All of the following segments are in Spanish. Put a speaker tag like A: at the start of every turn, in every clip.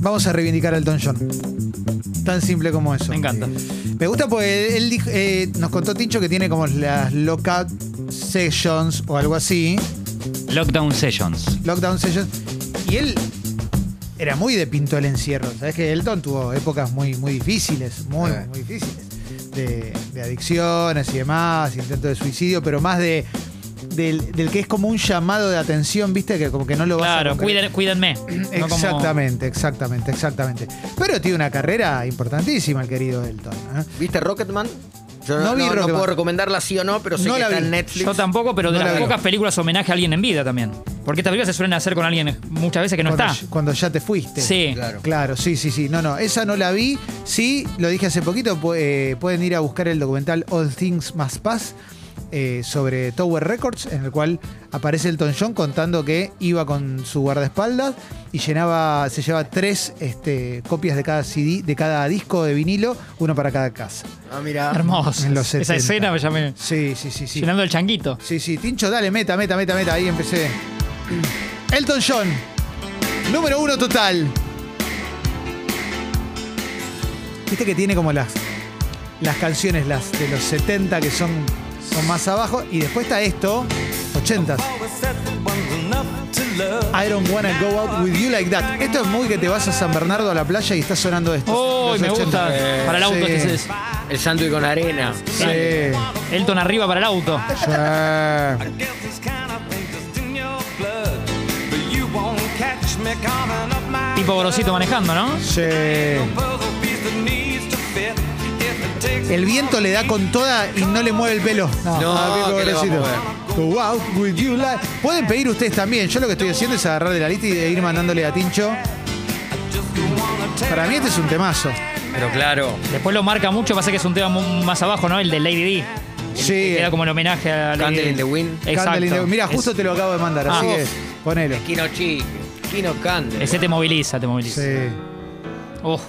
A: Vamos a reivindicar a Elton John. Tan simple como eso.
B: Me encanta.
A: Me gusta porque él dijo- eh, nos contó Tincho que tiene como las lockout sessions o algo así.
B: Lockdown Sessions.
A: Lockdown sessions. Y él era muy de pinto el encierro. Sabes que Elton tuvo épocas muy, muy difíciles, muy,
C: Eh.
A: muy difíciles. De, de adicciones y demás, intento de suicidio, pero más de. Del, del que es como un llamado de atención, viste, que como que no lo vas a
B: Claro,
A: concretar.
B: cuiden- cuídenme. No como-
A: Exactamente, exactamente, exactamente. Pero tiene una carrera importantísima el querido Elton. ¿eh?
C: ¿Viste Rocketman? Yo
A: No
C: no,
A: vi
C: no
A: Rocketman.
C: puedo recomendarla sí o no, pero sé
A: No
C: que
A: la
C: está
A: vi.
C: en Netflix.
B: Yo tampoco, pero de
A: No la
B: las
A: veo.
B: pocas películas homenaje a alguien en vida también. Porque estas películas se suelen hacer con alguien muchas veces que no
A: cuando,
B: está.
A: ya- cuando ya te fuiste.
B: Sí.
C: Claro.
A: Claro, sí, sí, sí. No, no, esa no la vi. Sí, lo dije hace poquito. pu- eh, pueden ir a buscar el documental All Things Must Pass eh, sobre Tower Records, en el cual aparece Elton John contando que iba con su guardaespaldas y llenaba, se llevaba tres este, copias de cada CD, de cada disco de vinilo, uno para cada casa.
C: Ah, mira.
B: Hermoso.
A: En los
B: Esa
A: 70.
B: escena me llamé.
A: Sí, sí, sí, sí.
B: Llenando el changuito.
A: Sí, sí, Tincho, dale, meta, meta, meta, meta. Ahí empecé. Elton John, número uno total. Viste que tiene como las, las canciones, las de los 70 que son, son más abajo. Y después está esto, 80. I don't wanna go out with you like that. Esto es muy que te vas a San Bernardo a la playa y está sonando esto.
B: ¡Oh!
A: Los
B: Me
A: 80.
B: gusta.
C: Eh,
B: Para el auto.
A: sí.
B: este es-
C: El sándwich con arena.
A: Sí.
B: Elton arriba para el auto.
A: sí.
B: Tipo Gorosito manejando, ¿no?
A: Sí. El viento le da con toda y no le mueve el pelo.
C: No,
A: Ah, qué
C: ¿qué le va a
A: pobrecito.
C: mover?
A: Go out with you like- Pueden pedir ustedes también. Yo lo que estoy haciendo es agarrar de la lista y de ir mandándole a Tincho. Para mí este es un temazo.
C: Pero claro.
B: Después lo marca mucho, pasa que es un tema mu- más abajo, ¿no? El de Lady D.
A: Sí.
B: Queda como el homenaje a Lady
C: Candle
B: D.
C: in the Wind.
B: Exacto.
A: Mira, justo
B: Es-
A: te lo acabo de mandar,
B: Ah,
A: así
B: vos.
A: que ponelo.
C: Kino Chic, Kino Candle.
B: Ese te moviliza, te moviliza.
A: Sí.
B: Uf.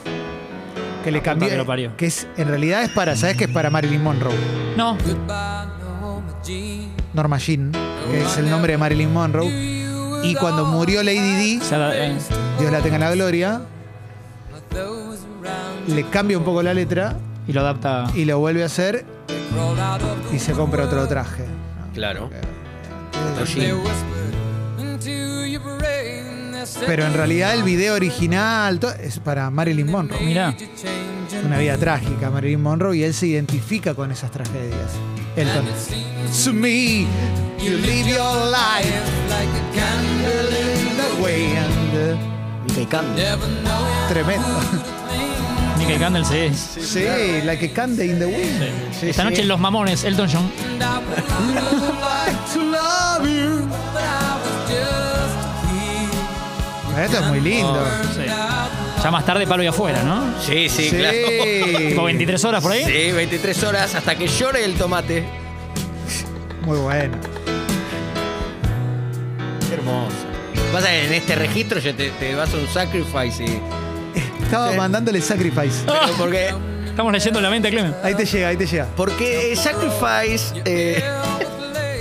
A: Que le
B: puta
A: cambié.
B: que lo parió.
A: Que es, en realidad es para, ¿sabes que es para Marilyn Monroe?
B: No,
A: Norma Jean, que es el nombre de Marilyn Monroe. Y cuando murió Lady D,
B: o sea, eh,
A: Dios la tenga en la gloria, le cambia un poco la letra
B: y lo adapta.
A: y lo vuelve a hacer y se compra otro traje.
C: Claro. Otro jean.
A: Pero en realidad el video original to- es para Marilyn Monroe.
B: Mirá.
A: Una vida trágica, Marilyn Monroe, y él se identifica con esas tragedias. Elton. To me, you live your life like a candle in the wind.
C: Mickey Candle.
A: Tremendo.
B: Nicky Candle se es.
A: Sí, like a candle in the wind. Sí,
B: Esta
A: sí.
B: noche en Los Mamones, Elton John.
A: Esto es muy lindo.
B: Sí. Ya más tarde, palo y afuera, ¿no?
C: Sí, sí, claro.
B: Tipo 23 horas por ahí.
C: Sí, 23 horas hasta que llore el tomate.
A: Muy bueno.
C: Qué hermoso. Pasa que en este registro ya te, te vas a un sacrifice y.
A: Estaba mandándole Sacrifice.
C: Pero porque,
B: Estamos leyendo la mente a Clemen.
A: Ahí te llega, ahí te llega.
C: porque Sacrifice eh,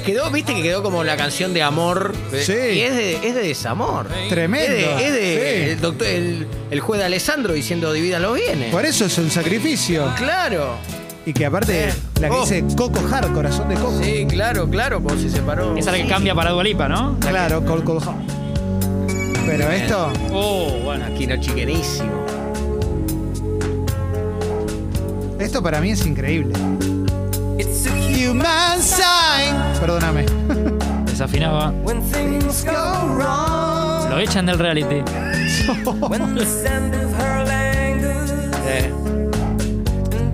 C: quedó, viste que quedó como la canción de amor. eh,
A: Sí.
C: Y es de, es de desamor.
A: Tremendo.
C: Es de, es de
A: Sí.
C: el, doctor, el, el juez de Alessandro diciendo dividan los bienes.
A: Por eso es un sacrificio.
C: Claro.
A: Y que aparte, la que
C: Oh.
A: dice Coco Hard, corazón de Coco.
C: Sí, claro, claro, porque se separó.
B: Esa es la que cambia para Dualipa, ¿no?
A: Claro, Cold Cold Heart. Pero esto,
B: Oh, bueno.
C: Aquí no chiquerísimo.
A: esto para mí es increíble. Human sign. Perdóname.
B: Desafinaba. Lo echan del reality.
C: Eh,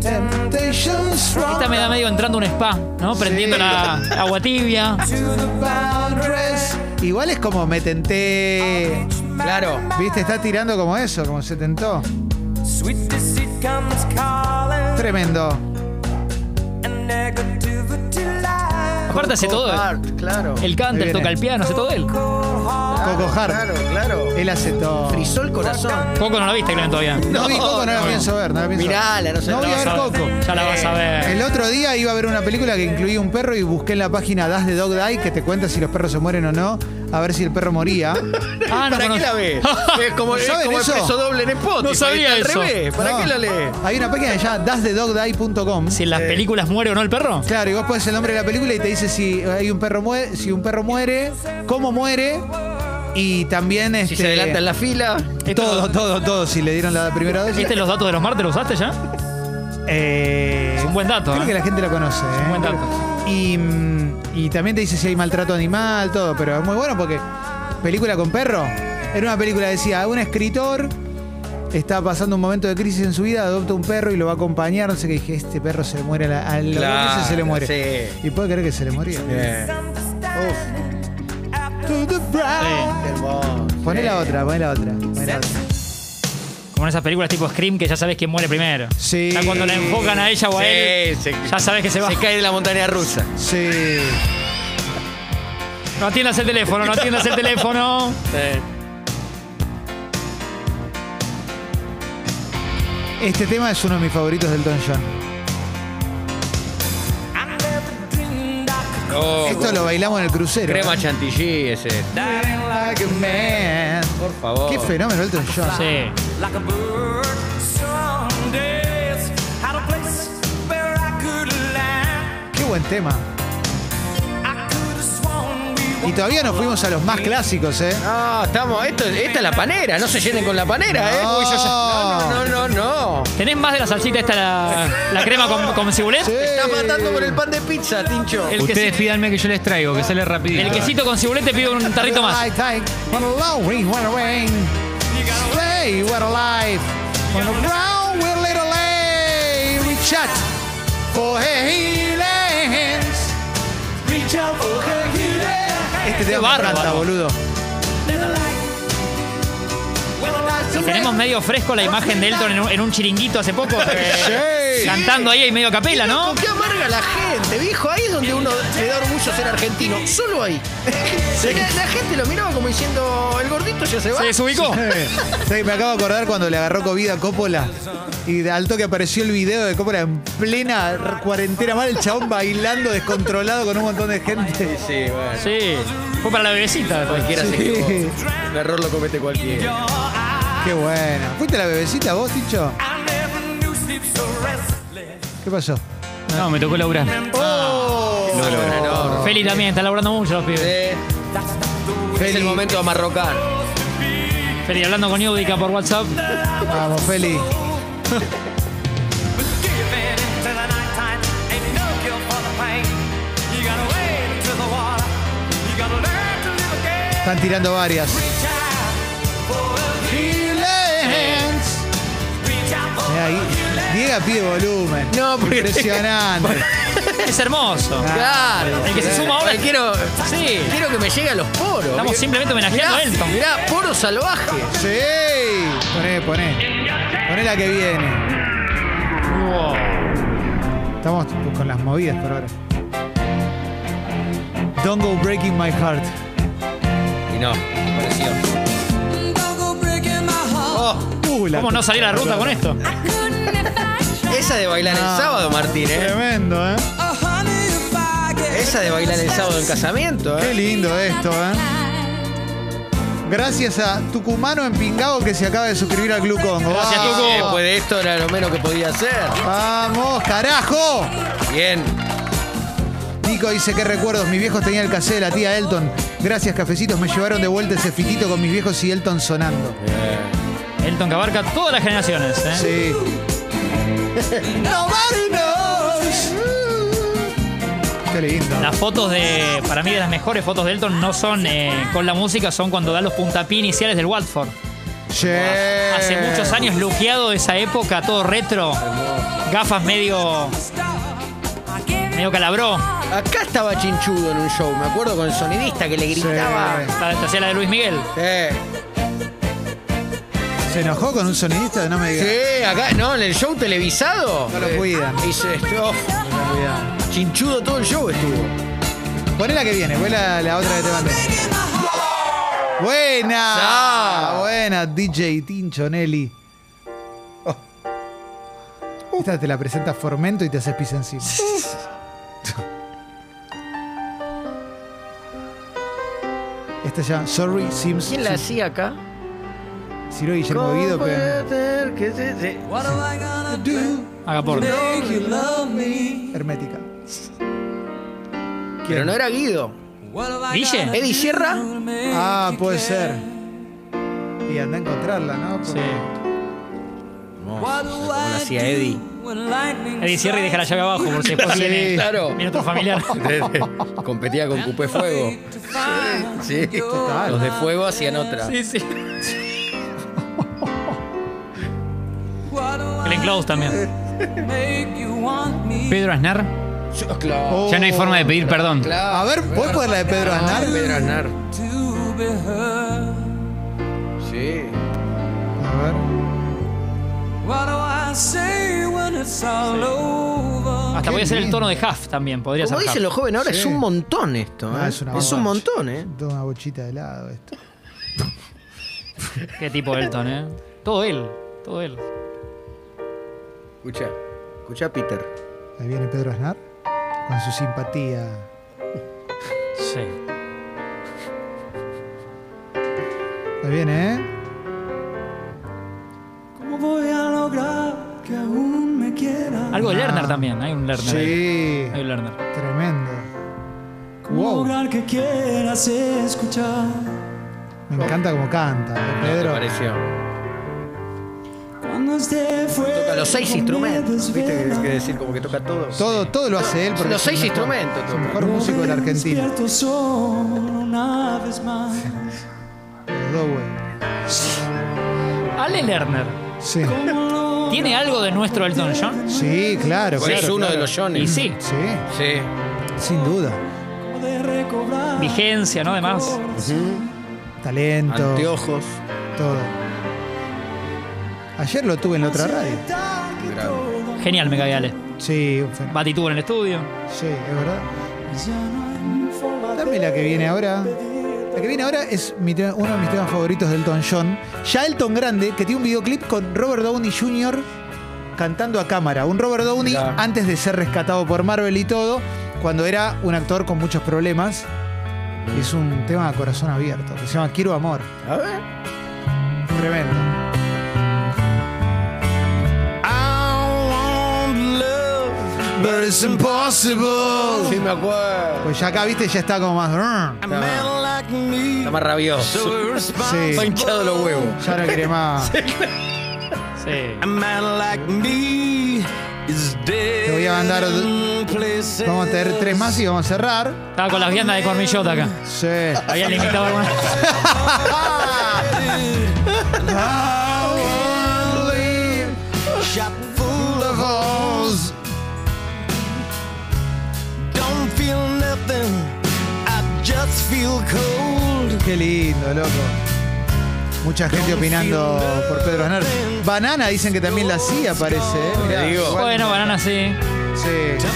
A: Temptations from
B: Esta me da medio entrando a un spa, ¿no? Prendiendo la agua tibia.
A: the boundaries. Igual es como me tenté.
C: claro.
A: Viste, está tirando como eso, como se tentó. Tremendo.
B: Aparte hace todo.
C: Hard, claro.
B: El
A: Ahí
B: canta,
A: viene.
B: toca el piano, hace todo él.
A: Coco Hard.
C: Claro, claro.
A: Él hace todo.
C: Frisó el corazón.
B: Coco no la viste, Clemen, todavía.
A: No vi Coco, no la pienso ver, no la pienso ver.
C: Mirala, no sé.
A: No
C: la
A: voy a
C: vas
A: ver
C: ver.
A: Coco.
B: Ya la vas a ver.
A: El otro día iba a ver una película que incluía un perro y busqué en la página Das de Dog Die que te cuenta si los perros se mueren o no, a ver si el perro moría.
B: Ah, no
C: ¿Para qué
B: conozco.
C: la ves? Es como, es
A: ¿Saben
C: como el
A: eso?
C: peso doble en Spotify.
B: No sabía
C: está al
B: eso.
C: revés. ¿Para
A: No.
C: qué la lees?
A: Hay una página que se llama dasdedogdie.com.
B: Si en las películas muere o no el perro.
A: Claro, y vos pones el nombre de la película y te dice si hay un perro muere, si un perro muere, cómo muere y también
C: Si
A: este,
C: se adelanta en la fila.
A: todo, todo, todo, si le dieron la primera dosis.
C: Este-
B: ¿Viste los datos de los martes? ¿Los usaste ya?
A: Eh,
B: Es un buen dato.
A: Creo
B: ¿eh?
A: que la gente la conoce. ¿eh?
B: buen dato.
A: Y, mm, y también te dice si hay maltrato animal, todo, pero es muy bueno porque película con perro. Era una película, decía, un escritor está pasando un momento de crisis en su vida, adopta un perro y lo va a acompañar. No sé qué dije, este perro se le muere, a la- a los
C: Claro,
A: meses se le muere.
C: sí.
A: Y puede creer que se le moría. To the brown.
B: Sí.
C: Hermoso.
A: Poné la otra, poné la otra. poné la otra.
B: Como en esas películas tipo Scream que ya sabes quién muere primero.
A: Sí.
B: Ya cuando la enfocan a ella o a él,
C: Sí, se-
B: Ah, ya sabes que se va.
C: Se cae de la montaña rusa.
A: Sí.
B: No atiendas el teléfono, no atiendas el teléfono.
A: Este tema es uno de mis favoritos del Don John.
C: Oh,
A: Esto lo bailamos en el crucero.
C: crema
A: ¿eh?
C: chantilly ese.
A: Dying like a man.
C: Por favor.
A: Qué fenómeno Elton John.
B: Sí.
D: like a bird. Some days had a place where I could land.
A: Qué buen tema.
D: I could have sworn we
A: Y todavía nos fuimos a los más clásicos, ¿eh?
C: No, estamos. Esto, esta es la panera. No se llenen con la panera, ¿eh?
A: No.
C: Uy, yo ya- no, no, no, no.
B: ¿Tenés más de la salsita esta, la, la crema con, con cibulet?
A: Sí.
C: Estás matando por el pan de pizza, Tincho.
B: El,
E: Ustedes
B: quesito,
E: pídanme que yo les traigo, que sale rapidito.
B: el quesito con cibulet te pido un tarrito más.
A: I take what a lowering, what a rain. Slay, what a life. On the ground, we're little lay. Reach out for her healings. Reach out for her healings. Este tema me
B: bárbaro.
A: encanta, boludo.
B: Tenemos medio fresco la imagen de Elton en un, en un chiringuito hace poco. eh,
A: Sí.
B: Cantando ahí y medio a capela, ¿no?
C: Loco, qué amarga la gente, viejo. Ahí es donde uno le da orgullo ser argentino. Solo ahí. La, la gente lo miraba como diciendo, el gordito ya se va.
B: Se desubicó.
A: Sí, me acabo de acordar cuando le agarró COVID a Coppola y de alto que apareció el video de Coppola en plena r- cuarentena mal, el chabón bailando descontrolado con un montón de gente.
C: Sí, bueno.
B: Sí. Fue para la bebecita.
C: Cualquiera se
A: Sí.
C: equivoca. Un error lo comete cualquiera.
A: Qué bueno. ¿Fuiste la bebecita vos, Ticho? ¿Qué pasó?
E: No, me tocó laburar.
A: Oh.
C: No, no, no.
B: Ah, Feli también, está laburando mucho los pibes.
C: Eh, Es el momento de marrocar.
B: Feli hablando con Yudica por WhatsApp.
A: Vamos, Feli. Están tirando varias. Mirá, ahí, Diego pide volumen.
C: No, porque-
A: Impresionante.
B: Es hermoso.
C: Claro.
B: El que se suma ahora-
C: Ay, Quiero,
B: Sí.
C: quiero que me llegue a los poros.
B: Estamos simplemente homenajeando a
C: mirá,
B: Elton.
C: mirá, poros salvajes.
A: Sí. Poné, poné. Poné la que viene. Estamos con las movidas por ahora. Don't go breaking my heart.
C: Y no, pareció. Oh,
A: Uh, la
B: ¿Cómo no
A: puta.
B: salir a la ruta con esto?
C: esa de bailar el
B: Ah.
A: No.
C: sábado, Martín, ¿eh?
A: Tremendo, ¿eh?
C: Esa de bailar el sábado en casamiento,
A: Qué
C: ¿eh?
A: lindo esto, ¿eh? Gracias a Tucumano en Pingao que se acaba de suscribir al Club Congo.
B: Gracias,
A: Vamos.
B: Tucu.
C: Después de esto era lo menos que podía hacer.
A: Vamos, carajo.
C: Bien.
A: Nico dice qué recuerdos, mis viejos tenían el cassette de la tía Elton. Gracias, cafecitos, me llevaron de vuelta ese fitito con mis viejos y Elton sonando.
B: Elton que abarca todas las generaciones. ¿eh?
A: Sí. Nobody knows. Mm. Qué lindo.
B: Las fotos de, para mí, de las mejores fotos de Elton no son eh, con la música, son cuando da los puntapié iniciales del Watford.
A: Che.
B: Hace muchos años, luqueado de esa época, todo retro, gafas medio, medio calabró.
C: Acá estaba chinchudo en un show, me acuerdo con el sonidista que le gritaba.
A: Sí.
B: Esta esta hacía la de Luis Miguel.
C: Eh,
A: ¿Se enojó con un sonidista? No me
C: Sí.
A: digas.
C: acá, no, en el show televisado.
A: No lo cuidan.
C: Hizo esto. Chinchudo todo el show estuvo.
A: Poné la que viene, poné la, la otra que te mandé. Buena,
C: Sa.
A: buena, DJ Tinchonelli. Oh. Esta te la presenta Formento y te haces pis encima. Esta ya, Sorry Sims.
C: ¿Quién la hacía acá?
A: Ciro Guillermo Guido, pero
C: Comprender que se- se-
D: What am I gonna do?
B: Haga por.
D: Make you love me.
A: hermética.
C: Pero no era Guido.
D: What am I
B: Guille.
D: gonna
C: Eddie
D: do
C: Sierra.
D: to make
A: Ah,
D: you
A: puede
D: care?
A: ser. Y anda a encontrarla, ¿no? Porque-
B: Sí.
D: What do
C: ¿Cómo la
D: I
C: hacía
D: do
C: Eddie?
D: when lightning
B: Eddie cierra y deja la llave abajo por si después
A: Sí.
B: viene,
C: Claro.
B: viene otro familiar.
C: Competía con Cupé Fuego. Sí,
A: total.
C: Los de Fuego hacían otra.
B: sí, sí. Glenn Close también.
D: Make you want me.
E: Pedro Aznar.
C: Claro.
A: Oh,
E: Ya no hay forma de pedir perdón.
C: claro.
A: A ver, ¿puedes poner la de Pedro
C: Ah,
A: Aznar?
C: Pedro Aznar.
D: to be heard.
C: Sí.
A: A ver.
D: What do I say when it's all over?
B: Hasta voy a hacer el
A: lindo.
B: tono de Huff también, podría
C: Como
B: ser.
C: dicen
B: Huff.
C: los jóvenes ahora,
A: Sí.
C: es un montón esto.
A: Ah,
C: ¿eh?
A: es
C: es,
A: una
C: un
A: bomba.
C: montón, ¿eh?
A: Toda una bochita de helado esto.
B: Qué tipo Elton, ¿eh? Todo él, todo él.
C: Escucha, escucha, Peter.
A: Ahí viene Pedro Aznar con su simpatía.
B: Sí.
A: Ahí viene, ¿eh?
D: ¿Cómo voy a lograr que aún me quieras?
B: Algo de
A: Ah.
B: Lerner también, hay un Lerner. ahí.
A: Sí.
B: Hay un Lerner.
A: Tremendo.
D: ¿Cómo
A: Wow.
D: lograr que quieras escuchar?
A: Me encanta como canta, ¿eh, Pedro.
C: pareció?
D: Cuando esté fuera.
C: Toca los seis
D: me
C: instrumentos. ¿Viste que,
D: desvela.
C: que decir como que toca todo?
A: Todo, todo lo hace él. porque
C: Los
A: es el
C: seis
A: mejor-
C: instrumentos
A: Es el
C: toca.
A: mejor músico de la Argentina.
D: Despierto solo una vez más.
A: Los dos, güey.
B: Ale Lerner.
A: Sí.
B: ¿Tiene algo de nuestro Elton John?
A: Sí, claro,
C: Porque
A: claro.
C: Pues es uno
A: claro.
C: de los Johnny.
B: Y sí,
A: Sí,
C: Sí.
A: sin duda.
D: De recobrar.
B: vigencia, ¿no? Además.
A: Talento.
C: Anteojos.
A: Todo. Ayer lo tuve en la otra radio.
B: Genial, me cae Ale.
A: Sí, un fenómeno.
B: Bati tuvo en el estudio.
A: Sí, es verdad. Dame la que viene ahora. La que viene ahora es mi tema- uno de mis temas favoritos de Elton John. Ya Elton Grande, que tiene un videoclip con Robert Downey Jr. cantando a cámara. Un Robert Downey
C: Mirá.
A: antes de ser rescatado por Marvel y todo, cuando era un actor con muchos problemas. Y es un tema de corazón abierto, que se llama Quiero Amor.
C: A ver.
A: Tremendo.
C: But it's impossible. Sí, me acuerdo.
A: Pues ya acá, viste, ya está como más.
C: Está más rabioso.
A: Sí,
C: Está hinchado los huevos.
A: ya no quiere más.
B: Sí.
A: Te voy a mandar. Vamos a tener tres más y vamos a cerrar.
B: Estaba con las viandas de cormillota acá.
A: Sí.
B: Había limitado alguna.
A: Qué lindo, loco. Mucha gente opinando por Pedro Aznar. Banana dicen que también la hacía, parece. ¿eh? Mirá,
C: Te digo.
A: igual-
B: Bueno, banana sí.
A: Sí.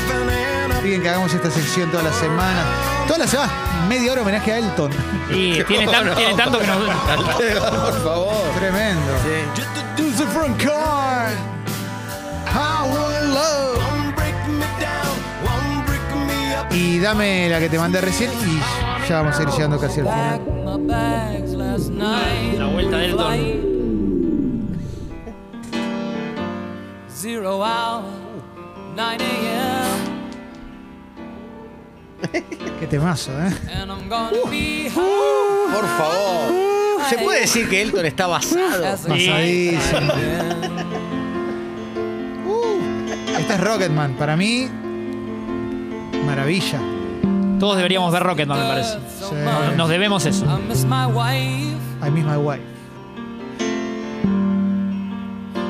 A: Piden que hagamos esta sección todas las semanas. Todas las semanas, media hora homenaje a Elton.
B: Y tiene, tan-
C: No, no.
B: tiene tanto que nos.
C: Por favor.
A: Tremendo. Y dame la que te mandé recién y ya vamos a ir llegando casi al final.
B: La vuelta del
D: Zero hour, 9 a.m.
A: Qué temazo, ¿eh?
D: And I'm gonna be home
C: Por favor. ¿Se puede decir que Elton está basado?
D: as a
A: Pasadísimo. Esta Este es Rocketman. Para mí, maravilla.
B: Todos deberíamos ver Rocketman, me parece.
A: Sí.
B: No- Nos debemos eso.
D: Ah, I miss my wife.
A: I miss my wife.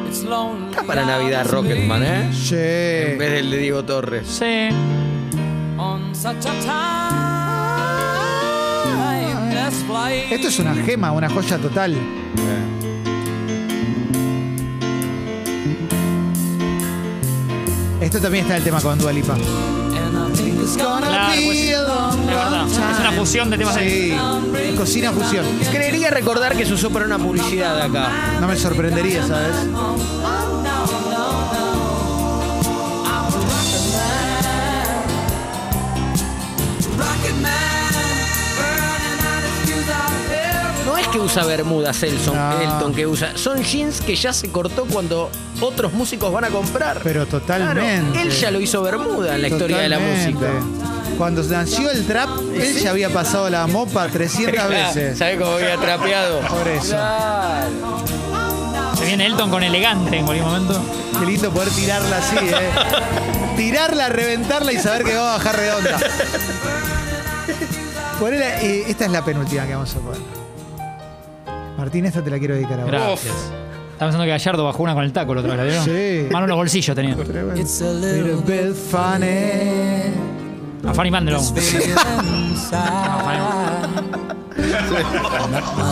D: It's lonely.
C: Está para Navidad Rocketman, ¿eh? En vez
A: Sí.
C: del de Diego Torres.
B: Sí.
D: On such a timeless flight.
A: Esto es una gema, una joya total. Esto también está el tema con Dualipa.
D: And I
A: It's gonna
B: Claro,
A: be
B: pues,
A: a long,
B: es verdad.
A: long
B: Es una
A: time.
B: fusión de temas de-
A: Sí, cocina fusión.
C: Creería recordar que se usó para una publicidad acá.
A: No me sorprendería, ¿sabes?
C: No es que usa bermudas Elton,
A: No.
C: Elton que usa. Son jeans que ya se cortó cuando otros músicos van a comprar.
A: Pero
C: Claro,
A: totalmente.
C: él ya lo hizo bermuda en la historia de la música.
A: Totalmente. Cuando nació el trap, él ya había pasado la mopa 300 veces.
C: ¿Sabes Ah, cómo había trapeado?
A: Por eso.
C: Claro.
B: Se viene Elton con elegante en cualquier momento.
A: Qué lindo poder tirarla así, ¿eh? Tirarla, reventarla y saber que va a bajar redonda. Ponela, eh, esta es la penúltima que vamos a poner. Martín, esta te la quiero dedicar a vos.
B: Gracias. Estaba pensando que Gallardo bajó una con el taco la otra vez, ¿la vieron?
A: Sí.
B: Mano en los bolsillos tenía.
A: It's a little bit funny.
B: A Fanny Mandelón. No, Fanny-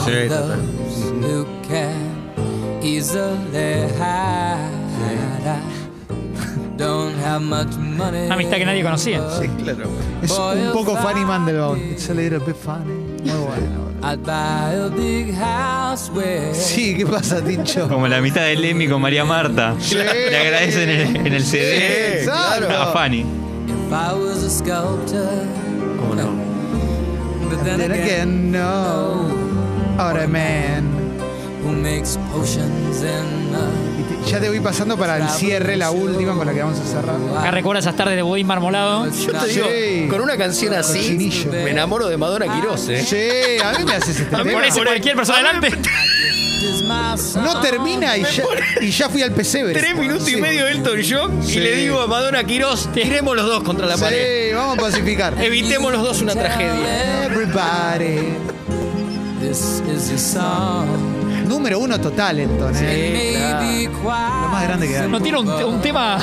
D: Sí, total. Who can easily hide. I don't have much money.
B: Una amistad que nadie conocía.
A: Es un poco Fanny Mandelbaum. It's a little bit funny. Muy bueno.
D: I'd buy a big house where
A: Sí, ¿qué pasa, Tincho?
E: Como la mitad del Emmy con María Marta. Le agradecen en el, en el CD
A: Exacto.
E: a Fanny.
D: if I was a sculptor. But then
A: Then
D: again,
A: again, no. Ahora, man.
D: who makes potions in the
A: Y te- ya te voy pasando para el cierre, la última con la que vamos a cerrar.
B: Acá recuerda esas tardes de Bodín marmolado.
D: It's
C: Yo
D: not
C: te digo,
A: Sí.
C: con una canción así,
A: Cochinillo.
C: me enamoro de Madonna Quirós, ¿eh?
A: Sí, a mí me haces
C: Ah,
A: este
B: Por
A: tema.
B: eso cualquier persona adelante.
D: is my song.
A: No termina y ya, y ya fui al pesebre.
C: Tres minutos y
A: Sí.
C: medio Elton John y
A: Sí.
C: le digo a Madonna Quirós, tiremos los dos contra la pared.
A: Sí, vamos a pacificar.
C: Evitemos los dos una tragedia.
A: Everybody.
D: This is your song.
A: Número uno total, entonces. ¿eh?
D: Maybe quiet.
A: Lo más grande que hay.
B: No tiene un, un tema.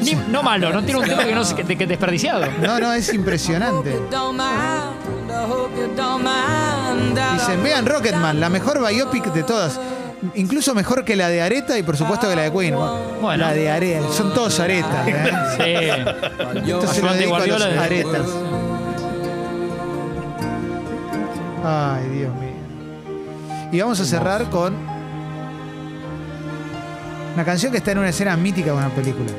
B: ni- no malo, no tiene un tema que no se- que, que desperdiciado.
A: No, no, es impresionante.
D: Don't mind, I hope you don't mind that
A: Dicen,
D: I'm
A: vean Rocketman, la mejor biopic de todas. Incluso mejor que la de Areta y por supuesto que la de Queen.
B: Bueno.
A: La de Areta. Son todos Areta. ¿eh?
B: Sí.
A: Esto se lo
B: Afronte
D: é
A: dedico a los
B: Guardiola.
A: Aretas. Ay, Dios mío. Y vamos a cerrar con una canción que está en una escena mítica de una película.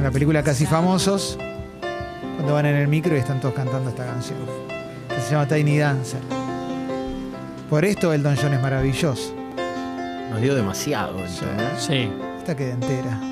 A: Una película casi famosos. Cuando van en el micro y están todos cantando esta canción. Que se llama Tiny Dancer. Por esto Elton John es maravilloso.
C: Nos dio demasiado, Elton.
B: Sí.
A: Esta queda entera.